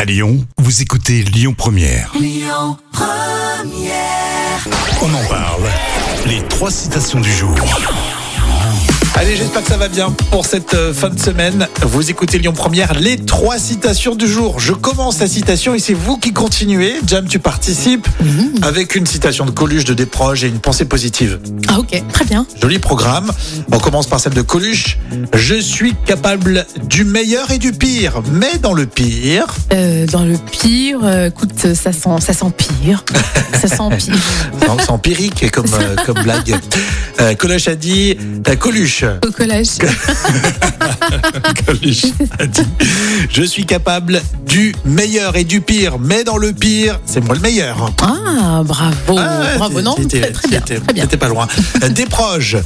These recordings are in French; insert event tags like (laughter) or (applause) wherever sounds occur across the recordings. À Lyon, vous écoutez Lyon Première. On en parle. Les trois citations du jour. Allez, j'espère que ça va bien pour cette euh, fin de semaine. Vous écoutez Lyon Première, les trois citations du jour. Je commence la citation et c'est vous qui continuez. Jam, tu participes avec une citation de Coluche, de Desproges et une pensée positive. Ah ok, très bien. Joli programme. On commence par celle de Coluche. Je suis capable du meilleur et du pire, mais dans le pire, Euh, dans le pire, euh, écoute, ça sent, ça sent pire. (laughs) ça sent pire. Non, c'est empirique comme, euh, comme blague. Euh, Coluche a dit, euh, Coluche, Au collège. Coluche a dit, je suis capable du meilleur et du pire, mais dans le pire, c'est moi le meilleur. Ah, bravo. Ah, bravo, t'es- non t'étais- très, très bien. t'étais- Très bien. t'étais pas loin. Des proches.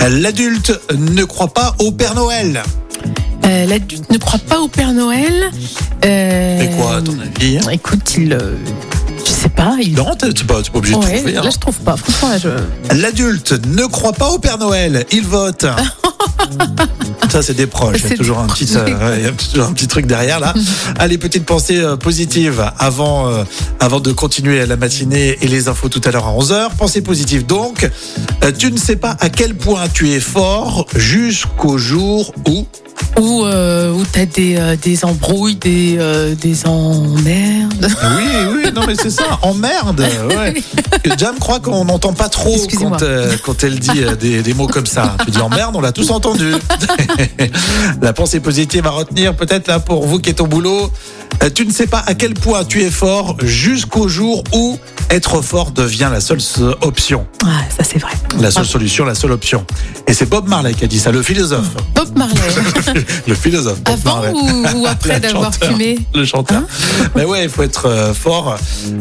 L'adulte ne croit pas au Père Noël. Euh, L'adulte ne croit pas au Père Noël. Euh, Mais quoi, à ton avis hein Écoute, il. euh, je sais pas. Il... Non, t'es t'es pas, t'es pas obligé Ouais, de trouver. hein. là je trouve pas. Franchement, là, je. L'adulte ne croit pas au Père Noël, il (laughs) vote. Ça, c'est des proches. Il y a C'est toujours un, petit, euh, ouais, il y a toujours un petit truc derrière, (laughs) là. Allez, petite pensée euh, positive avant, euh, avant de continuer la matinée et les infos tout à l'heure à 11h. Pensée positive, donc. Euh, tu ne sais pas à quel point tu es fort jusqu'au jour où. Ou euh, où t'as des, euh, des embrouilles, des, euh, des emmerdes. Oui, oui, non, mais c'est ça. (laughs) Emmerde. Ouais. Que Jam croit qu'on n'entend pas trop Excusez-moi. quand, euh, quand elle dit euh, des, des mots comme ça. Tu dis emmerde, on l'a tous entendu. (laughs) La pensée positive à retenir, peut-être là pour vous qui êtes au boulot. Euh, Tu ne sais pas à quel point tu es fort jusqu'au jour où être fort devient la seule so- option, Ah, ça c'est vrai. la seule solution, la seule option. Et c'est Bob Marley qui a dit ça, le philosophe. (laughs) Bob Marley. le philosophe. (laughs) Bob Avant Marley. ou, (laughs) ou après Le d'avoir chanteur. fumé Le chanteur. Mais ouais, il faut être euh, fort.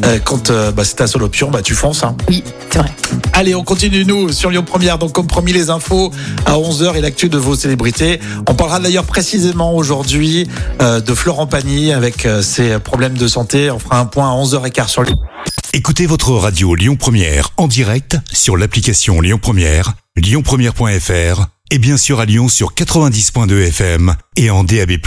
Euh, quand euh, bah, c'est ta seule option, bah, tu fonces. hein. Oui, c'est vrai. Allez, on continue, nous, sur Lyon Première. Donc, comme promis, les infos à 11h et l'actu de vos célébrités. On parlera d'ailleurs précisément aujourd'hui euh, de Florent Pagny avec euh, ses problèmes de santé. On fera un point à 11h15 sur lui. Écoutez votre radio Lyon Première en direct sur l'application Lyon Première, lyonpremière.fr et bien sûr à Lyon sur 90.2 FM et en DAB+.